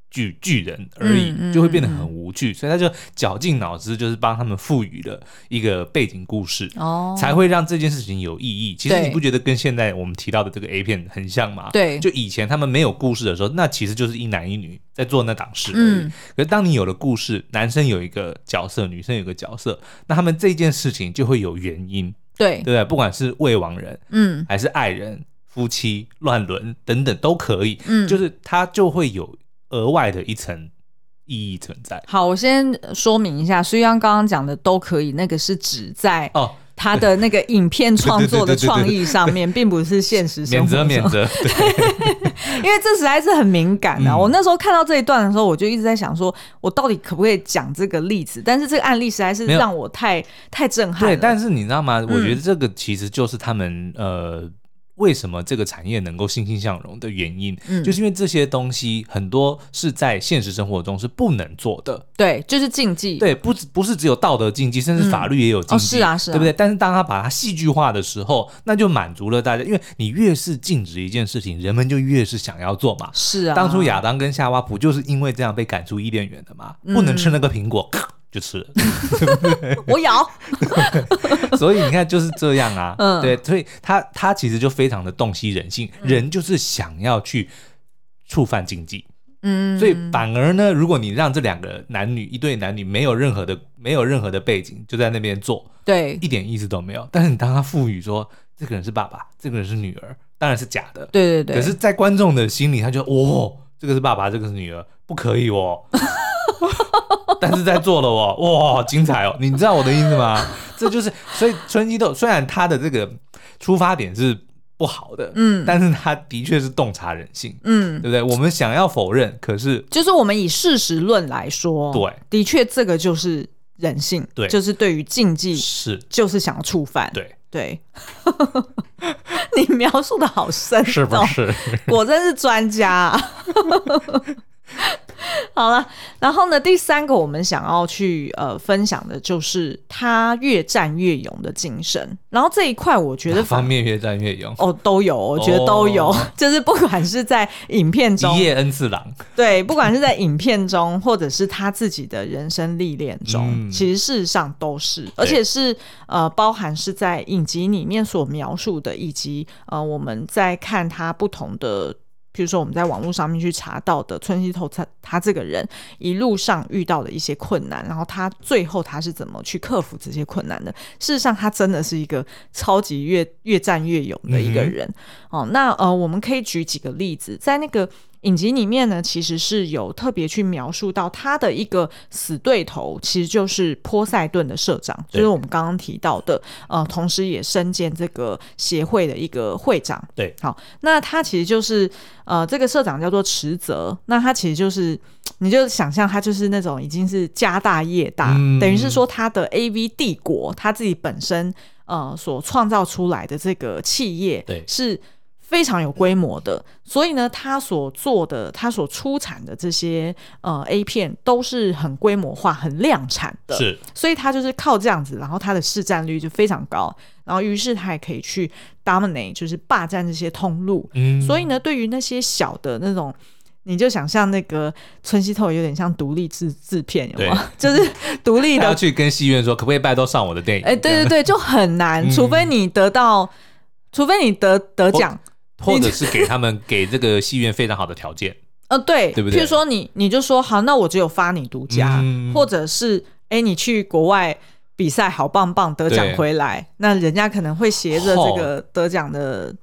Speaker 1: 巨巨人而已
Speaker 2: 嗯，嗯
Speaker 1: 就会变得很无趣，所以他就绞尽脑汁，就是帮他们赋予了一个背景故事，
Speaker 2: 哦，
Speaker 1: 才会让这件事情有意义。其实
Speaker 2: 对
Speaker 1: 你不觉得跟现在我们提到的这个 A 片很像吗？
Speaker 2: 对
Speaker 1: 就以前他们没有故事的时候，那其实就是一男一女在做那档事而已。
Speaker 2: 嗯
Speaker 1: 可是当你有了故事，男生有一个角色，女生有一个角色，那他们这件事情就会有原因，
Speaker 2: 对
Speaker 1: 对，不对？不管是未亡人
Speaker 2: 嗯
Speaker 1: 还是爱人、夫妻、乱伦等等都可以，
Speaker 2: 嗯，
Speaker 1: 就是它就会有额外的一层意义存在。
Speaker 2: 好。我先说明一下，虽然刚刚讲的都可以，那个是指在
Speaker 1: 哦，
Speaker 2: 他的那个影片创作的
Speaker 1: 对对对对对对
Speaker 2: 创意上 面，并不是现实生
Speaker 1: 免
Speaker 2: 活
Speaker 1: 责
Speaker 2: 中。
Speaker 1: 免责， 对，
Speaker 2: 因为这实在是很敏感啊！
Speaker 1: 嗯
Speaker 2: 我那时候看到这一段的时候，我就一直在想说，我到底可不可以讲这个例子？但是这个案例实在是
Speaker 1: 没有
Speaker 2: 让我太太震撼了。嗯
Speaker 1: 对，但是你知道吗？我觉得这个其实就是他们、呃，为什么这个产业能够欣欣向荣的原因，
Speaker 2: 嗯
Speaker 1: 就是因为这些东西很多是在现实生活中是不能做的。
Speaker 2: 对，就是禁忌。
Speaker 1: 对，不只不是只有道德禁忌，甚至法律也有禁忌，
Speaker 2: 哦是啊是啊
Speaker 1: 对不对？但是当他把它戏剧化的时候，那就满足了大家，因为你越是禁止一件事情，人们就越是想要做嘛。
Speaker 2: 是啊，嗯
Speaker 1: 当初亚当跟夏娃不就是因为这样被赶出伊甸园的吗？不能吃那个苹果，就吃了。
Speaker 2: 我咬，
Speaker 1: 所以你看就是这样啊，
Speaker 2: 嗯
Speaker 1: 对，所以他他其实就非常的洞悉人性，人就是想要去触犯禁忌，
Speaker 2: 嗯，
Speaker 1: 所以反而呢，如果你让这两个男女一对男女没有任何的没有任何的背景，就在那边做，
Speaker 2: 对
Speaker 1: 一点意思都没有。但是你当他赋予说这个人是爸爸，这个人是女儿，当然是假的，
Speaker 2: 对对对，
Speaker 1: 可是，在观众的心里，他觉得哦，这个是爸爸，这个是女儿，不可以哦。 但是在做了哦，哇，精彩哦！你知道我的意思 吗？这就是，所以春熙豆虽然他的这个出发点是不好的，
Speaker 2: 嗯
Speaker 1: 但是他的确是洞察人性，
Speaker 2: 嗯
Speaker 1: 对，不对？我们想要否认，可是
Speaker 2: 就是我们以事实论来说，
Speaker 1: 对，
Speaker 2: 的确这个就是人性，
Speaker 1: 对
Speaker 2: 就是对于禁忌
Speaker 1: 是
Speaker 2: 就是想要触犯，
Speaker 1: 对，
Speaker 2: 对， 你描述的好深、哦，
Speaker 1: 是不 是？
Speaker 2: 果真是专家、啊。 好了，然后呢，第三个我们想要去呃分享的就是他越战越勇的精神。然后这一块，我觉
Speaker 1: 哪
Speaker 2: 得
Speaker 1: 方
Speaker 2: 反
Speaker 1: 面越战越勇，
Speaker 2: 哦都有，我觉得都有，
Speaker 1: 哦
Speaker 2: 就是不管是在影片中
Speaker 1: 一，夜恩次郎，
Speaker 2: 对，不管是在影片中，或者是他自己的人生历练中，
Speaker 1: 嗯
Speaker 2: 其实事实上都是，而且是呃，包含是在影集里面所描述的，以及呃，我们在看他不同的。比如说，我们在网络上面去查到的村西透他他这个人一路上遇到的一些困难，然后他最后他是怎么去克服这些困难的？事实上，他真的是一个超级越越战越勇的一个
Speaker 1: 嗯哼
Speaker 2: 人。哦，那呃，我们可以举几个例子，在那个影集里面呢，其实是有特别去描述到他的一个死对头，其实就是波塞顿的社长，就
Speaker 1: 对
Speaker 2: 是我们刚刚提到的，呃，同时也身兼这个协会的一个会长。
Speaker 1: 对，
Speaker 2: 好，那他其实就是呃，这个社长叫做池泽，那他其实就是。你就想象他就是那种已经是家大业大，
Speaker 1: 嗯
Speaker 2: 等于是说他的 A V 帝国，他自己本身呃所创造出来的这个企业，
Speaker 1: 对
Speaker 2: 是非常有规模的。所以呢，他所做的、他所出产的这些呃 A 片都是很规模化、很量产的。
Speaker 1: 是
Speaker 2: 所以他就是靠这样子，然后他的市占率就非常高，然后于是他也可以去 dominate，就是霸占这些通路。
Speaker 1: 嗯，
Speaker 2: 所以呢，对于那些小的那种。你就想象那个村西透有点像独立制制片，有吗？ 就是独立
Speaker 1: 他
Speaker 2: 的
Speaker 1: 要去跟戏院说，可不可以拜托上我的电影？
Speaker 2: 哎、对对对，就很
Speaker 1: 嗯
Speaker 2: 难，除非你得到，除非你得得奖。
Speaker 1: 或者是给他们给这个戏院非常好的条件，
Speaker 2: 呃，对，
Speaker 1: 对不对
Speaker 2: 譬如说你，你就说好，那我只有发你独家，
Speaker 1: 嗯
Speaker 2: 或者是哎、你去国外比赛好棒棒，得奖回来，那人家可能会携着这个得奖的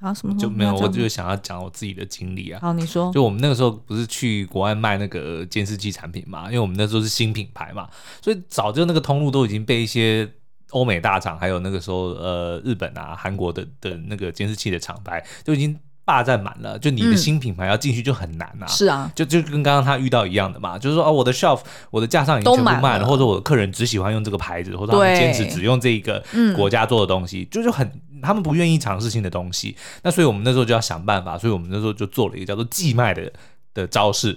Speaker 2: 啊什么
Speaker 1: 就没有，
Speaker 2: 那叫
Speaker 1: 我就想要讲我自己的经历啊。
Speaker 2: 好，你说
Speaker 1: 就我们那个时候不是去国外卖那个监视器产品嘛，因为我们那时候是新品牌嘛，所以早就那个通路都已经被一些欧美大厂，还有那个时候呃日本啊、韩国的的那个监视器的厂牌就已经霸占满了，就你的
Speaker 2: 嗯
Speaker 1: 新品牌要进去就很难啊。
Speaker 2: 是啊，
Speaker 1: 就就跟刚刚他遇到一样的嘛，就是说哦，我的 shelf 我的架上已经全部
Speaker 2: 都满
Speaker 1: 满
Speaker 2: 了
Speaker 1: 了，或者我的客人只喜欢用这个牌子，或者他们
Speaker 2: 对
Speaker 1: 坚持只用这一个
Speaker 2: 嗯
Speaker 1: 国家做的东西，就是很他们不愿意尝试新的东西。那所以我们那时候就要想办法，所以我们那时候就做了一个叫做寄卖的的招式。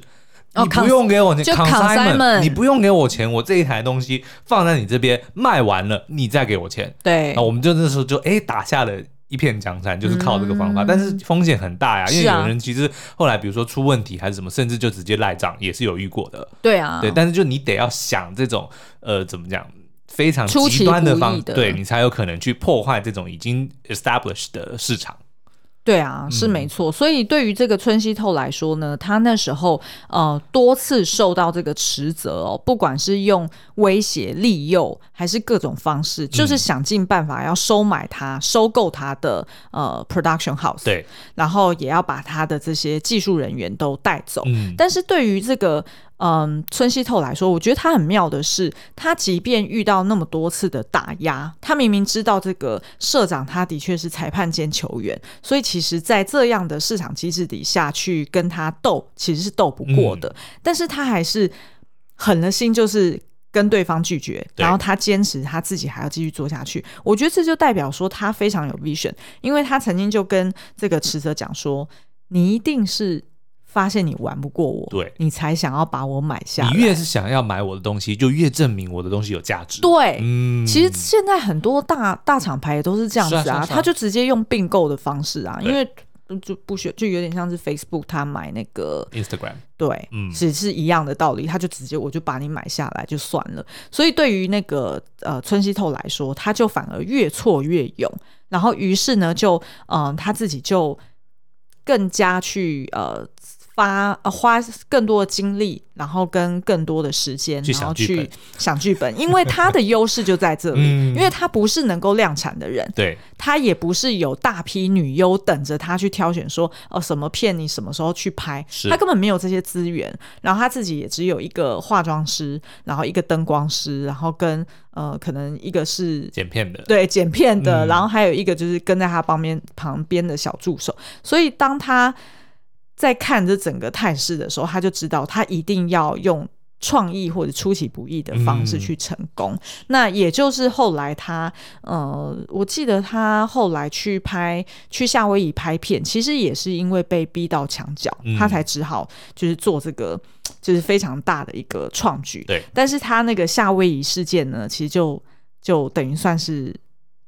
Speaker 2: 哦
Speaker 1: 你不用给我钱
Speaker 2: 就 consignment
Speaker 1: consignment，你不用给我钱，我这一台东西放在你这边卖完了，你再给我钱。
Speaker 2: 对
Speaker 1: 那，我们就那时候就哎、打下了一片江山，就是靠这个方法，但是风险很大呀，因为
Speaker 2: 嗯是啊
Speaker 1: 有人其实后来比如说出问题还是什么，甚至就直接赖账也是有遇过的，
Speaker 2: 对啊，
Speaker 1: 对。但是就你得要想这种呃怎么讲。非常
Speaker 2: 出其
Speaker 1: 极端的
Speaker 2: 不意
Speaker 1: 方，
Speaker 2: 的
Speaker 1: 对你才有可能去破坏这种已经 established 的市场。
Speaker 2: 对啊，是没错。所以对于这个村西透来说呢，他那时候呃多次受到这个斥责哦，不管是用威胁、利诱，还是各种方式，就是想尽办法要收买他、收购他的呃 production house，，
Speaker 1: 对，
Speaker 2: 然后也要把他的这些技术人员都带走。
Speaker 1: 嗯，
Speaker 2: 但是对于这个嗯村西透来说，我觉得他很妙的是，他即便遇到那么多次的打压，他明明知道这个社长他的确是裁判兼球员，所以其实，在这样的市场机制底下去跟他斗，其实是斗不过的。但是他还是狠了心，就是。跟对方拒绝，
Speaker 1: 对
Speaker 2: 然后他坚持他自己还要继续做下去，我觉得这就代表说他非常有 vision，因为他曾经就跟这个池泽讲说，你一定是发现你玩不过我，
Speaker 1: 对
Speaker 2: 你才想要把我买下
Speaker 1: 你
Speaker 2: 来。
Speaker 1: 越是想要买我的东西，就越证明我的东西有价值。，
Speaker 2: 对，
Speaker 1: 嗯，
Speaker 2: 其实现在很多大大厂牌也都是这样子
Speaker 1: 是啊是啊是啊
Speaker 2: 他就直接用并购的方式啊，
Speaker 1: 对
Speaker 2: 因为。就不需就有点像是 Facebook 他买那个
Speaker 1: Instagram，
Speaker 2: 对，
Speaker 1: 嗯
Speaker 2: 只是一样的道理，他就直接我就把你买下来就算了。所以对于那个呃村西透来说，他就反而越挫越勇，然后于是呢，就嗯、呃他自己就更加去呃发呃花更多的精力，然后跟更多的时间，
Speaker 1: 去
Speaker 2: 然后
Speaker 1: 想剧
Speaker 2: 去
Speaker 1: 本
Speaker 2: 想剧本，因为他的优势就在这里，
Speaker 1: 嗯
Speaker 2: 因为他不是能够量产的人，
Speaker 1: 对，
Speaker 2: 他也不是有大批女优等着他去挑选说，哦、什么片你什么时候去拍
Speaker 1: 是，
Speaker 2: 他根本没有这些资源。然后他自己也只有一个化妆师，然后一个灯光师，然后跟呃，可能一个是
Speaker 1: 剪片的，
Speaker 2: 对剪片的，
Speaker 1: 嗯
Speaker 2: 然后还有一个就是跟在他旁边旁边的小助手。所以当他在看这整个态势的时候，他就知道他一定要用创意或者出其不意的方式
Speaker 1: 嗯
Speaker 2: 去成功。那也就是后来他，呃，我记得他后来去拍去夏威夷拍片，其实也是因为被逼到墙角，
Speaker 1: 嗯
Speaker 2: 他才只好就是做这个就是非常大的一个创举。
Speaker 1: 对，
Speaker 2: 但是他那个夏威夷事件呢，其实就就等于算是。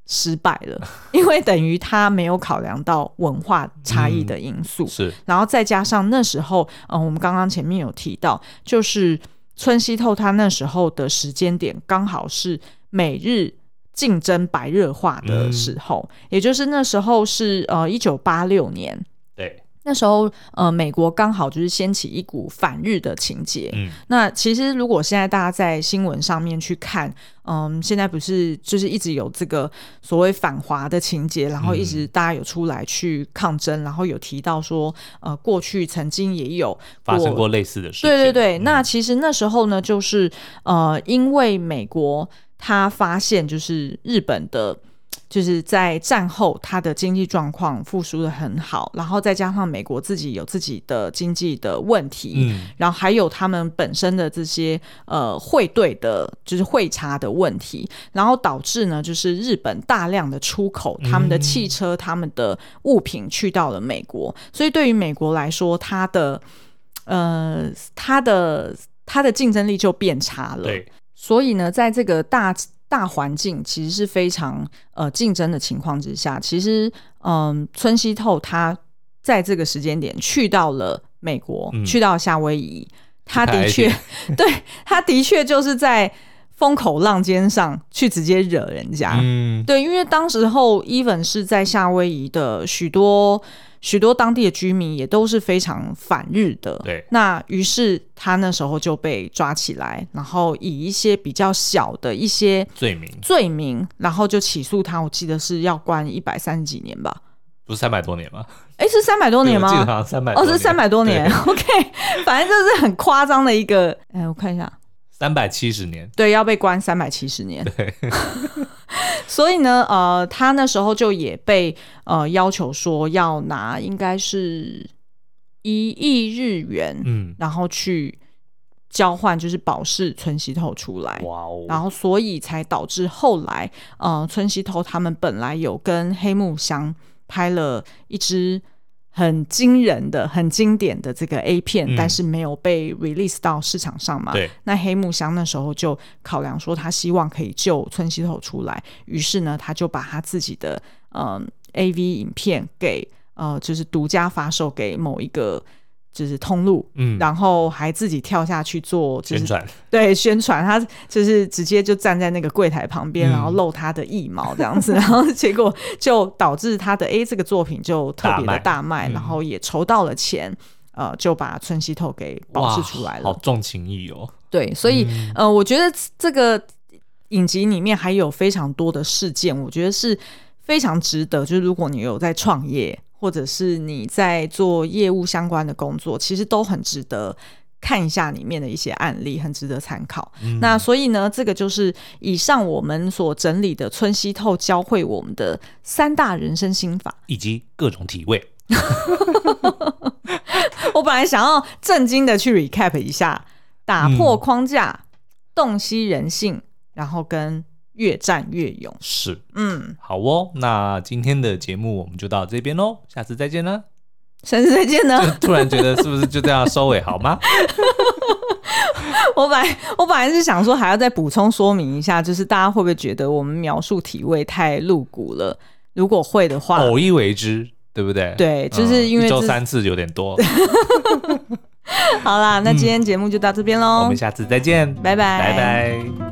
Speaker 2: 失败了， 因为等于他没有考量到文化差异的因素，
Speaker 1: 是
Speaker 2: 然后再加上那时候，嗯，我们刚刚前面有提到，就是村西透他那时候的时间点刚好是美日竞争白热化的时候，也就是那时候是呃一九八六年。
Speaker 1: 对，
Speaker 2: 那时候，呃，美国刚好就是掀起一股反日的情节。
Speaker 1: 嗯，
Speaker 2: 那其实如果现在大家在新闻上面去看，嗯，现在不是就是一直有这个所谓反华的情节，然后一直大家有出来去抗争，然后有提到说，呃，过去曾经也有
Speaker 1: 发生过类似的事情，
Speaker 2: 对对对，那其实那时候呢，就是呃，因为美国他发现就是日本的。就是在战后，它的经济状况复苏的很好，然后再加上美国自己有自己的经济的问题，
Speaker 1: 嗯，
Speaker 2: 然后还有他们本身的这些呃汇兑的，就是汇差的问题，然后导致呢，就是日本大量的出口他们的汽车、他们的物品去到了美国，所以对于美国来说，它的呃它的它的竞争力就变差了。
Speaker 1: 对，
Speaker 2: 所以呢，在这个大大环境其实是非常呃竞争的情况之下，其实嗯，村西透他在这个时间点去到了美国，
Speaker 1: 嗯
Speaker 2: 去到夏威夷，他
Speaker 1: 拍
Speaker 2: 的确，对，他的确就是在风口浪尖上去直接惹人家，
Speaker 1: 嗯，
Speaker 2: 对，因为当时候 even 是在夏威夷的许多许多当地的居民也都是非常反日的。
Speaker 1: 对
Speaker 2: 那于是他那时候就被抓起来，然后以一些比较小的一些
Speaker 1: 罪名
Speaker 2: 罪名，然后就起诉他。我记得是要关一百三十几年吧？
Speaker 1: 不是三百多年吗？
Speaker 2: 诶，是三百多年
Speaker 1: 对我记得好
Speaker 2: 吗？
Speaker 1: 像三百，
Speaker 2: 哦，是三百多年。OK，反正就是很夸张的一个。哎、我看一下，
Speaker 1: 三百七十年，
Speaker 2: 对，要被关三百七十年。 所以呢，呃，他那时候就也被呃要求说要拿应该是一亿日元，
Speaker 1: 嗯，
Speaker 2: 然后去交换就是保释村西透出来。
Speaker 1: 哇哦，
Speaker 2: 然后，所以才导致后来，呃，村西透他们本来有跟黑木香拍了一支很惊人的、很经典的这个 A 片，
Speaker 1: 嗯
Speaker 2: 但是没有被 release 到市场上嘛。
Speaker 1: 对，
Speaker 2: 那黑木香那时候就考量说，他希望可以救村西透出来，于是呢，他就把他自己的嗯、A V 影片给呃，就是独家发售给某一个就是通路，
Speaker 1: 嗯，
Speaker 2: 然后还自己跳下去做就
Speaker 1: 宣
Speaker 2: 是
Speaker 1: 传，
Speaker 2: 对宣传，他就是直接就站在那个柜台旁边，
Speaker 1: 嗯
Speaker 2: 然后露他的腋毛这样子，然后结果就导致他的 A 这个作品就特别的
Speaker 1: 大
Speaker 2: 大卖，
Speaker 1: 嗯
Speaker 2: 然后也筹到了钱。呃，就把村西透给保释出来了
Speaker 1: 好。重情义哦，
Speaker 2: 对，所以、
Speaker 1: 嗯
Speaker 2: 呃，我觉得这个影集里面还有非常多的事件，我觉得是非常值得。就是如果你有在创业，或者是你在做业务相关的工作，其实都很值得。看一下里面的一些案例，很值得参考。
Speaker 1: 嗯
Speaker 2: 那所以呢，这个就是以上我们所整理的村西透教会我们的三大人生心法。
Speaker 1: 以及各种体位，
Speaker 2: 我本来想要震惊的去 recap 一下，打破框架，洞悉人性，然后跟越战越勇。
Speaker 1: 是
Speaker 2: 嗯，
Speaker 1: 好哦。那今天的节目我们就到这边喽，下次再见啦。
Speaker 2: 下次再见呢。
Speaker 1: 突然觉得是不是就这样收尾好吗？
Speaker 2: 我本来我本来是想说还要再补充说明一下，就是大家会不会觉得我们描述体位太露骨了？如果会的话，
Speaker 1: 哦偶一为之，对不对？
Speaker 2: 对就是
Speaker 1: 嗯
Speaker 2: 因为
Speaker 1: 一周
Speaker 2: 这
Speaker 1: 三次有点多。
Speaker 2: 好啦，那今天节目就到这边喽
Speaker 1: 我们，下次再见，
Speaker 2: 拜拜，
Speaker 1: 拜拜